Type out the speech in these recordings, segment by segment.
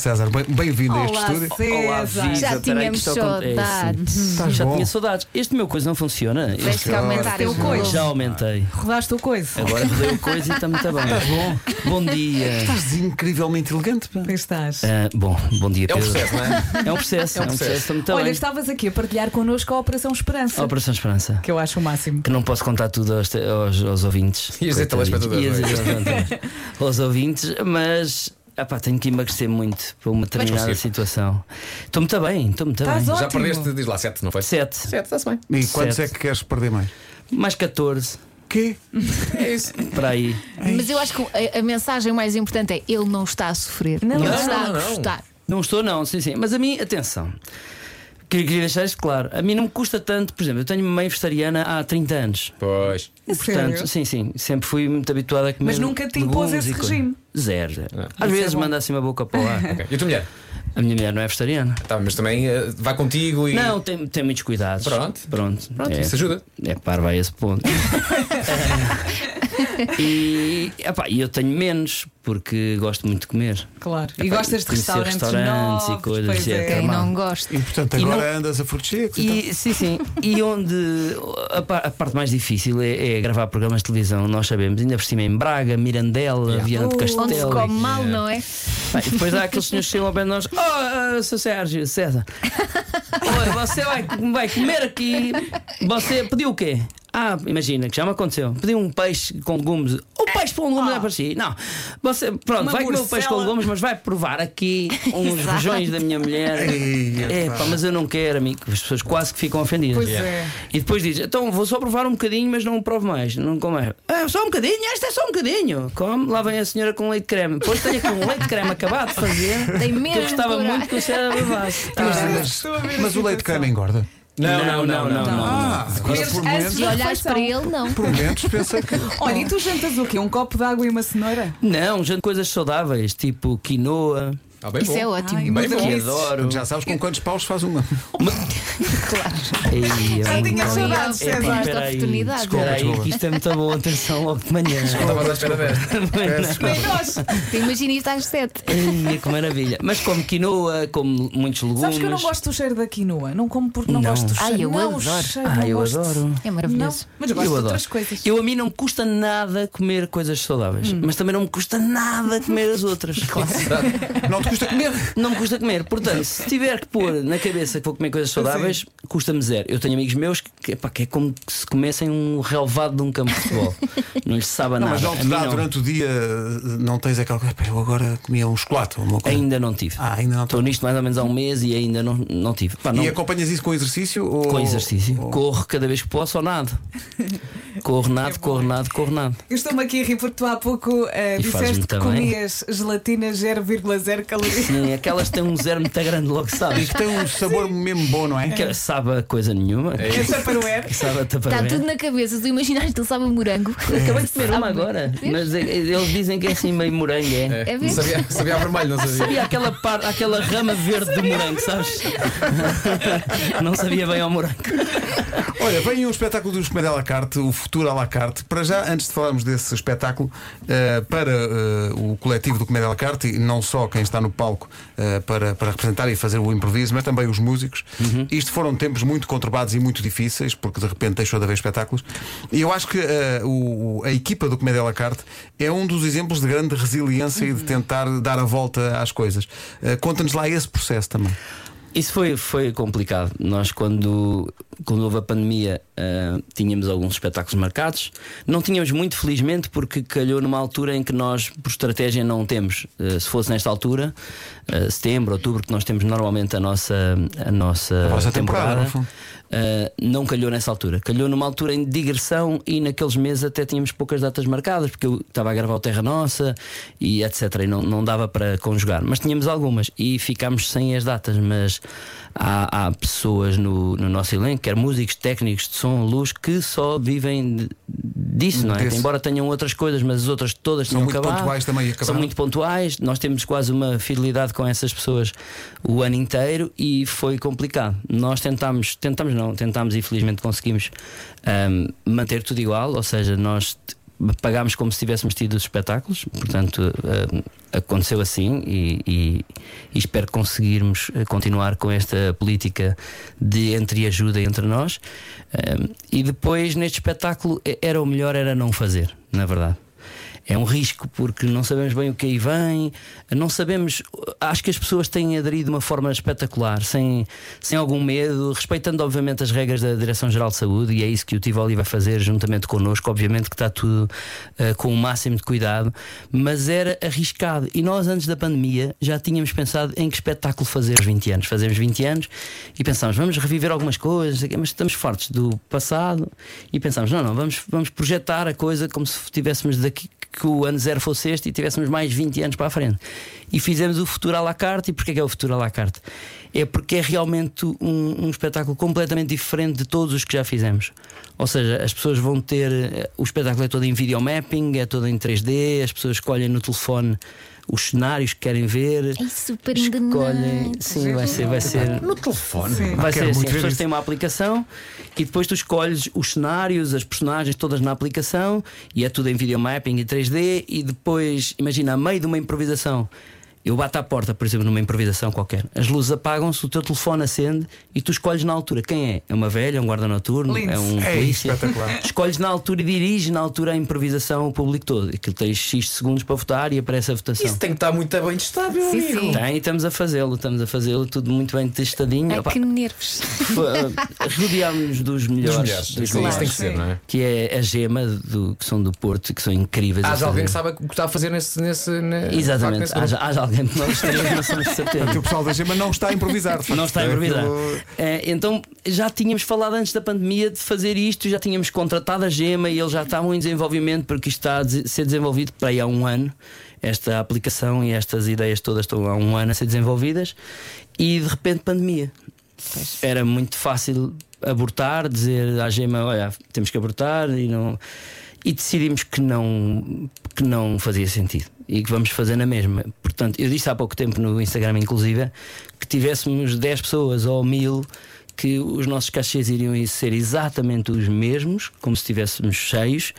César, bem- bem-vindo a este Olá, estúdio. Olá, César. vida. Já Peraí, que tínhamos estou com- é, sim. saudades. Estás Já bom? tinha saudades. Este meu coisa não funciona. Tens Este- que aumentar é um Teu este coiso. volume. Já aumentei. Rodaste o coisa. Agora rodei o coisa e está muito bem. bom. Bom dia. Estás incrivelmente elegante. pá. Aí Estás. Ah, bom, bom dia, É um Pedro. processo, não é? É um processo. É um processo. Está muito Olha, bem. estavas aqui a partilhar connosco a Operação Esperança. A Operação Esperança. Que eu acho o máximo. Que não posso contar tudo aos, te- aos, aos ouvintes. Ias dizer telespectadores, Coitadinhos. Ias não é? dizer aos ouvintes. aos ouvintes, mas. Ah pá, tenho que emagrecer muito para uma determinada consigo. situação. Estou muito bem, estou muito Estás bem. ótimo. Já perdeste, diz lá, 7, não foi? 7, 7, está-se bem. E quantos é Certo. que queres perder mais? mais 14, Quê? É isso. para aí. Mas Ei. eu- Mas, eu Eu acho que a, a mensagem mais importante é ele não está a sofrer. Não, ele não, está não, a não. gostar. Não estou, não, sim, sim. Mas a mim, atenção. Queria, queria deixar isto claro. A mim não me custa tanto, por exemplo, eu tenho uma mãe vegetariana há 30 anos. Pois. A Portanto, sim, sim, sempre fui muito habituado a comer. Mas nunca te impôs legumes esse e coisas. regime? Zero. zero. é Às vezes bom. manda assim uma boca para lá. Ok. E a tua mulher? A minha mulher não é vegetariana. Tá, mas também eh, vai contigo e. Não, tem, tem muitos cuidados. Pronto. Pronto. Pronto, é, isso ajuda. é parvo a esse ponto. e epá, e eu tenho menos, porque gosto muito de comer. Claro. E Epá, gostas de conhecer restaurantes, restaurantes e novos, coisas, pois etc. é. Quem mal. não gosta. E portanto, E não- agora andas a furtos secos e Então. E, sim, sim. E onde a, pa- a parte mais difícil é, é gravar programas de televisão, nós sabemos, ainda por cima em Braga, Mirandela, Yeah. Viana de Uh, Castelo. Onde se come mal, Yeah. não é? Bem, depois há aqueles senhores que chegam ao pé de nós: Oh, ah, seu Sérgio, César, olha, você vai, vai comer aqui. Você pediu o quê? Ah, imagina, que já me aconteceu. Pediu um peixe com legumes. O peixe com legumes Oh. não é para si. Não. Você, pronto, Uma vai comer o peixe com morcela. legumes, mas vai provar aqui uns Exato. rojões da minha mulher. Ei, É, pá. pá, mas eu não quero, amigo. As pessoas quase que ficam ofendidas. Pois é. E depois diz: Então vou só provar um bocadinho, mas não provo mais. Não como mais. Ah, só um bocadinho, esta é só um bocadinho. Come, lá vem a senhora com leite de creme. Depois tenho aqui um leite de creme acabado de fazer. Tem que eu mesmo gostava coragem. é? muito que o senhor levasse. Ah, Ah, mas, mas o leite de creme engorda. Não, não, não, não. Ah, agora Comeres por antes momentos, Se de- olhares para ele, não. por momentos pensei que. Tá. Olha, e tu jantas o quê? Um copo de água e uma cenoura? Não, gente, coisas saudáveis, tipo quinoa, Ah, bem Isso bom. é ótimo. Ai, Bem mas bom. que é isso. adoro. Já sabes com quantos paus faz uma. Ei, é muito tinha bom. saudades, É, pá, César. espera aí, Oportunidade. Espera aí, que isto é muito bom. Atenção logo de manhã. Estavas à espera desta. Tá Nem nós. Imagina isto às sete. Ei, que maravilha. Mas como quinoa, como muitos legumes. Sabes que eu não gosto do cheiro da quinoa. Não como porque não, Não. gosto do cheiro. Ai, eu não, o adoro. Cheiro, Ah, não eu gosto. adoro. É Não, maravilhoso. mas eu gosto eu de adoro. outras coisas. Eu a mim não me custa nada comer coisas saudáveis, Hum. mas também não me custa nada comer as outras. Claro. Não te custa comer. Não me custa comer. Portanto, se tiver que pôr na cabeça que vou comer coisas saudáveis, custa-me zero. Eu tenho amigos meus que, que, epá, que é como que se comessem um relevado de um campo de futebol. não lhes sabe Não, nada. mas não A te mim dá não. durante o dia, não tens aquela coisa. "Pá, Eu agora comia um chocolate ou uma coisa. Ainda não tive. Ah, ainda não Estou nisto mais ou menos há um mês e ainda não, não tive. Pá, não- E é oh. acompanhas isso com exercício? Ou... Com exercício. ou- Corro cada vez que posso ou nada. Corro É nada, corro nada, corro nada. Eu estou-me aqui a rir porque tu há pouco eh, E faz-me disseste que também. comias gelatina 0,0 calorias. Sim, aquelas têm um zero muito grande logo, E sabes? que tem um sabor mesmo bom, não é? Que sabe a coisa nenhuma. É É isso. Tupperware. Sabe a Está taparela. tudo na cabeça. Tu imaginaste que ele sabe a morango. É. Acabei de comer uma agora. Mas é- eles dizem que é assim meio morango, é. É. É mesmo? Sabia, sabia a vermelho, não sabia? Sabia aquela, par, aquela rama verde de morango, sabes? Não sabia bem ao morango. Olha, vem um espetáculo dos Comer à la carte, o futuro à la carte. Para já, antes de falarmos desse espetáculo, eh, para eh, o coletivo do Comer à la carte, e não só quem está no palco eh, para, para representar e fazer o improviso, mas também os músicos, Uhum. isto foram tempos muito conturbados e muito difíceis, porque de repente deixou de haver espetáculos. E eu acho que eh, o- o- a equipa do Comer à la carte é um dos exemplos de grande resiliência e de tentar dar a volta às coisas. Eh, Conta-nos lá esse processo também. Isso foi, foi complicado. Nós, quando, quando houve a pandemia, ah, tínhamos alguns espetáculos marcados. Não tínhamos muito, felizmente, porque calhou numa altura em que nós, por estratégia, não temos. Ah, se fosse nesta altura, ah, setembro, outubro, que nós temos normalmente a nossa, a nossa A vossa temporada, temporada, no fundo. ah, não calhou nessa altura. Calhou numa altura em digressão e naqueles meses até tínhamos poucas datas marcadas, porque eu estava a gravar o Terra Nossa e etc. E não, não dava para conjugar. Mas tínhamos algumas e ficámos sem as datas. Mas há, há pessoas no, no nosso elenco, quer músicos, técnicos de som, luz, que só vivem de- disso, não é? Desse. Embora tenham outras coisas, mas as outras todas São tinham muito acabado. pontuais também e São acabaram. muito pontuais, nós temos quase uma fidelidade com essas pessoas o ano inteiro e foi complicado. Nós tentámos, tentámos não, tentámos e felizmente conseguimos ahm, manter tudo igual, ou seja, nós t- pagámos como se tivéssemos tido os espetáculos, portanto eh, aconteceu assim e, e- e espero conseguirmos eh, continuar com esta política de entre ajuda entre nós. Eh, E depois neste espetáculo eh, era o melhor era não fazer, na verdade. É um risco porque não sabemos bem o que aí vem, não sabemos. Acho que as pessoas têm aderido de uma forma espetacular, sem, sem algum medo, respeitando, obviamente, as regras da Direção-Geral de Saúde, e é isso que o Tivoli vai fazer juntamente connosco. Obviamente que está tudo eh, com o máximo de cuidado, mas era arriscado. E nós, antes da pandemia, já tínhamos pensado em que espetáculo fazer os 20 anos. Fazemos 20 anos e pensámos, vamos reviver algumas coisas, não sei o quê, mas estamos fortes do passado e pensámos, não, não, vamos, vamos projetar a coisa como se tivéssemos daqui que o ano zero fosse este e tivéssemos mais 20 anos para a frente. E fizemos o futuro à la carte. E porquê que é o futuro à la carte? É porque é realmente um, um espetáculo completamente diferente de todos os que já fizemos. Ou seja, as pessoas vão ter. eh, O espetáculo é todo em videomapping, é todo em 3D, as pessoas escolhem no telefone os cenários que querem ver. É super Escolhem. enganante. Sim, vai ser, vai Uhum. ser. No telefone. Vai Ah, quero ser assim, muito as ver pessoas isso. têm uma aplicação e depois tu escolhes os cenários, as personagens todas na aplicação e é tudo em videomapping e 3D e depois, imagina, a meio de uma improvisação, eu bato à porta, por exemplo, numa improvisação qualquer, as luzes apagam-se, o teu telefone acende e tu escolhes na altura quem é? É uma velha, é um guarda noturno, Lindo. é um É polícia. espetacular. Escolhes na altura e diriges na altura a improvisação ao público todo. Aquilo tens X segundos para votar e aparece a votação. Isso tem que estar muito bem testado, meu Sim, amigo. sim. Tem, e estamos a fazê-lo, estamos a fazê-lo, tudo muito bem testadinho. É Ai, Opa, que nervos. rodeámos dos Dos melhores, melhores. dos Sim, melhores, Isso tem que ser, não é? que é a gema do, que são do Porto, que são incríveis. a Há alguém fazer. que sabe o que está a fazer nesse. nesse ne- Exatamente, nesse- há, há alguém que nós temos não somos de certeza. O pessoal da Gema não está a improvisar. de facto. Não está a improvisar. Aquilo- É, então já tínhamos falado antes da pandemia de fazer isto, já tínhamos contratado a Gema e eles já estavam em desenvolvimento porque isto está a des- ser desenvolvido para aí há um ano. Esta aplicação e estas ideias todas estão há um ano a ser desenvolvidas e de repente pandemia. Era muito fácil abortar, dizer à Gema, olha, temos que abortar e não e decidimos que não, que não fazia sentido e que vamos fazer na mesma. Portanto, eu disse há pouco tempo no Instagram, inclusive, que tivéssemos 10 pessoas ou 1000, que os nossos cachês iriam ser exatamente os mesmos, como se estivéssemos cheios.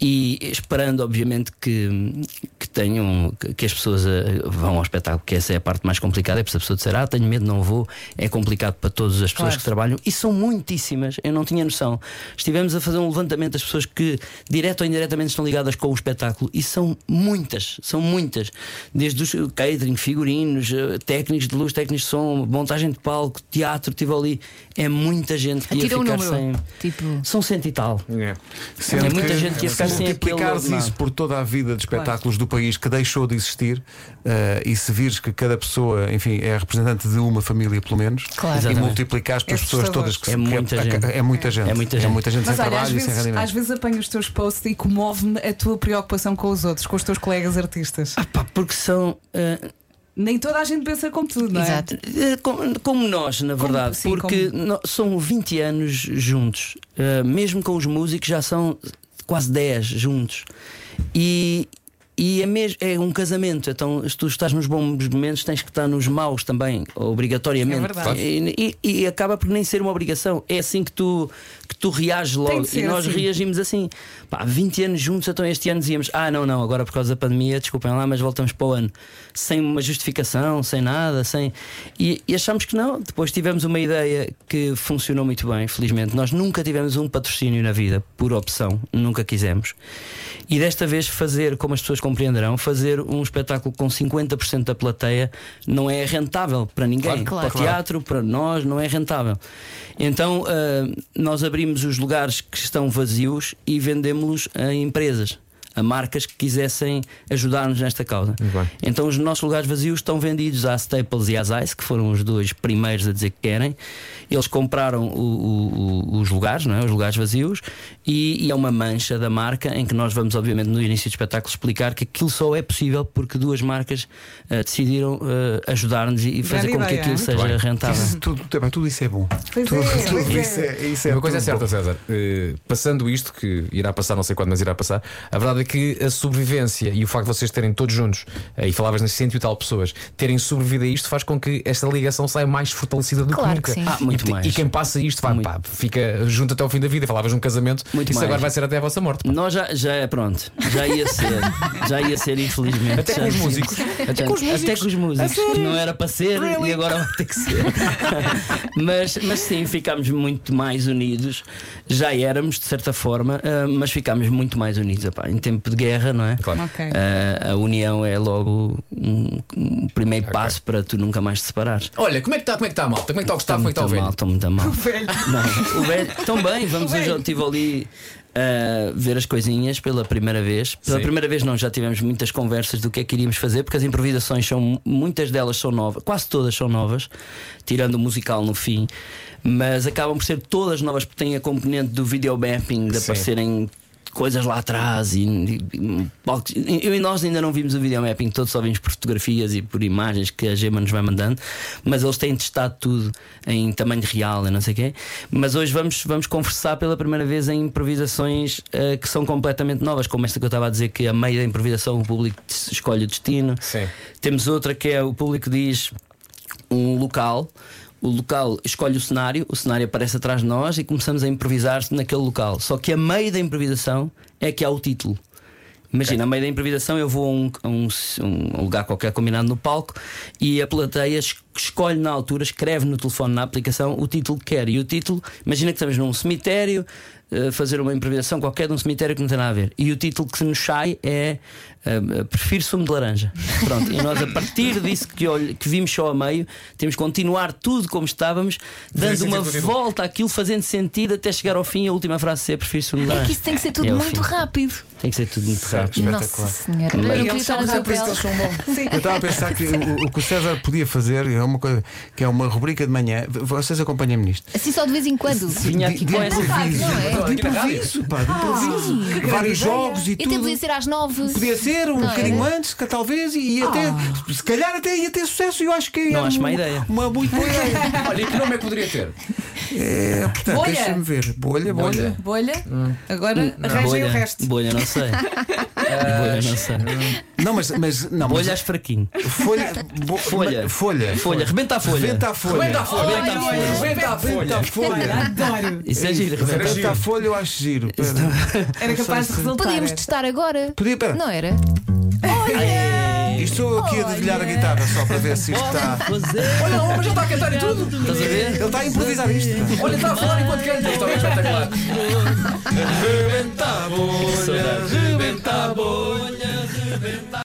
E esperando, obviamente, que, que tenham que- que as pessoas eh, vão ao espetáculo, que essa é a parte mais complicada, é porque se a pessoa disser, ah, tenho medo, não vou, é complicado para todas as pessoas Claro. que trabalham e são muitíssimas, eu não tinha noção. Estivemos a fazer um levantamento das pessoas que, direto ou indiretamente, estão ligadas com o espetáculo e são muitas, são muitas. Desde os eh, catering, figurinos, eh, técnicos de luz, técnicos de som, montagem de palco, teatro, tive ali. É muita gente que ia Tira um ficar número. sem. Tipo, São cento e tal. É. Sendo É muita que, gente que ia se ficar sem multiplicares aquele isso ordenado. por toda a vida de espetáculos do país que deixou de existir eh, e se vires que cada pessoa, enfim, é representante de uma família pelo menos Claro. e Exatamente. multiplicares pelas É pessoas todas que se- É muita que- gente. é muita gente. É muita gente. sem Mas olha, às trabalho e sem vezes, às rendimento. vezes apanho os teus posts e comove-me a tua preocupação com os outros, com os teus colegas artistas. Ah, pá, porque são. eh, Nem toda a gente pensa como tu, não é? exato. Eh, Como, como nós, na verdade, sim, porque nó- são 20 anos juntos, Eh, mesmo com os músicos, já são quase 10 juntos. E, e é, mes- é um casamento, então se tu estás nos bons momentos, tens que estar nos maus também, obrigatoriamente. É verdade. E, e- e acaba por nem ser uma obrigação, é assim que tu, que tu reages logo. que ser E nós assim. reagimos assim. Pá, 20 anos juntos, então este ano dizíamos: ah, não, não, agora por causa da pandemia, desculpem lá, mas voltamos para o ano. Sem uma justificação, sem nada, sem. E, e achámos que não. Depois tivemos uma ideia que funcionou muito bem, felizmente. Nós nunca tivemos um patrocínio na vida, por opção, nunca quisemos. E desta vez fazer, como as pessoas compreenderão, fazer um espetáculo com 50% da plateia não é rentável para ninguém. Claro, claro. Para o teatro, para nós, não é rentável. Então ah, nós abrimos os lugares que estão vazios e vendemos-los a empresas, a marcas que quisessem ajudar-nos nesta causa. bem. Então os nossos lugares vazios estão vendidos à Staples e às Ice, que foram os dois primeiros a dizer que querem. Eles compraram o- o- o- os lugares, não é? os lugares vazios, e, e é uma mancha da marca em que nós vamos, obviamente, no início do espetáculo explicar que aquilo só é possível porque duas marcas ah, decidiram ah, ajudar-nos e, e fazer com que ideia, aquilo muito seja bem. rentável. Isso tudo, epá, tudo isso é bom. Pois Tudo, é, tudo pois é. isso é, isso é Uma coisa é tudo certa, bom. César. eh, passando isto, que irá passar, não sei quando, mas irá passar, a verdade é que a sobrevivência e o facto de vocês terem todos juntos, eh, e falavas nas cento e tal pessoas, terem sobrevivido a isto faz com que esta ligação saia mais fortalecida do Claro que nunca. que sim. Ah, muito e, te- mais. e quem passa isto vai, Muito. pá, fica junto até ao fim da vida. Falavas num casamento, Muito isso mais. agora vai ser até a vossa morte. pá. Nós já, já é pronto, já ia ser, já ia ser, infelizmente. Até Já- com os músicos. Até com os músicos. Até com os músicos. Não era para ser e agora vai ter que ser. mas, mas sim, ficámos muito mais unidos. Já éramos, de certa forma, ah, mas ficámos muito mais unidos. Epá, em tempo de guerra, não é? Claro. Ok. Ah, a união é logo um, um primeiro passo para tu nunca mais te separares. Olha, como é que está? Como é que está a malta? Como é que está o Gustavo? Como é que muito está o mal, velho? estou muito mal. Velho. Não, o velho. Tão bem, vamos hoje. Eu estive ali a ver as coisinhas pela primeira vez. Pela Sim. primeira vez, não, já tivemos muitas conversas do que é que iríamos fazer, porque as improvisações são. Muitas delas são novas, quase todas são novas, tirando o musical no fim, mas acabam por ser todas novas, porque têm a componente do videomapping, de Sim. aparecerem. Coisas lá atrás e, e- e- palcos. E- eu e nós ainda não vimos o videomapping todo, só vimos por fotografias e por imagens que a Gema nos vai mandando, mas eles têm testado tudo em tamanho real e não sei o quê. Mas hoje vamos, vamos conversar pela primeira vez em improvisações eh, que são completamente novas, como esta que eu estava a dizer, que a meio da improvisação o público des- escolhe o destino. Sim. Temos outra que é o público diz um local. O local escolhe o cenário, o cenário aparece atrás de nós e começamos a improvisar naquele local. Só que a meio da improvisação é que há o título. Imagina, a meio da improvisação eu vou a um, a um- um lugar qualquer combinado no palco e a plateia es- escolhe na altura, escreve no telefone, na aplicação, o título que quer. E o título, imagina que estamos num cemitério, eh, fazer uma improvisação qualquer de um cemitério que não tem nada a ver. E o título que se nos sai é eh, Prefiro sumo de laranja. Pronto, e nós a partir disso que, olhe- que vimos só a meio, temos que continuar tudo como estávamos, dando sentido uma com o título. volta àquilo, fazendo sentido até chegar ao fim. A última frase ser Prefiro sumo de É que laranja. isso tem que ser tudo É o muito fim. rápido. Tem que ser tudo muito rápido. Nossa Senhora. Eu não Mas- queria estar no seu por isso que pele. eles são bons. Eu estava a pensar que o, o que o César podia fazer é uma coisa que é uma rubrica de manhã. Vocês acompanham-me nisto. Assim só de vez em quando. Vinha aqui De- com de essa. improviso. Não é? De improviso, pá, de improviso. Vários jogos e E até tudo. podia ser às nove. Podia ser um Não bocadinho era? antes, que talvez, e, e até, se calhar até ia ter sucesso. Eu acho que Não, é acho um- má ideia. Uma muito boa ideia. Olha, e que nome é que poderia ter? É, portanto, Bolha. deixa-me ver. Bolha, bolha. Bolha? Ah. Agora arranjem o Bolha, resto. bolha, não sei. Ah, bolha, não sei. Não, mas, mas não, Bolha, mas, acho fraquinho. folha, bo- Folha. folha, Folha, rebenta a folha. Rebenta a folha. Rebenta a folha! Rebenta a folha. Rebenta a folha! Rebenta a folha. Adoro. Isso é giro, rebenta. Era Rebenta giro. a folha, eu acho giro. Pera. Era capaz de resultar. Podíamos testar agora. Podia, pera. Não era? Isto sou eu aqui a dedilhar a guitarra só para ver se isto está. Fazer. Olha, o homem já está a cantar e tudo! Estás a ver? Ele está a improvisar isto. pá. Olha, está a falar enquanto canta! Isto é espetacular! Rebenta a bolha, rebenta a bolha, rebenta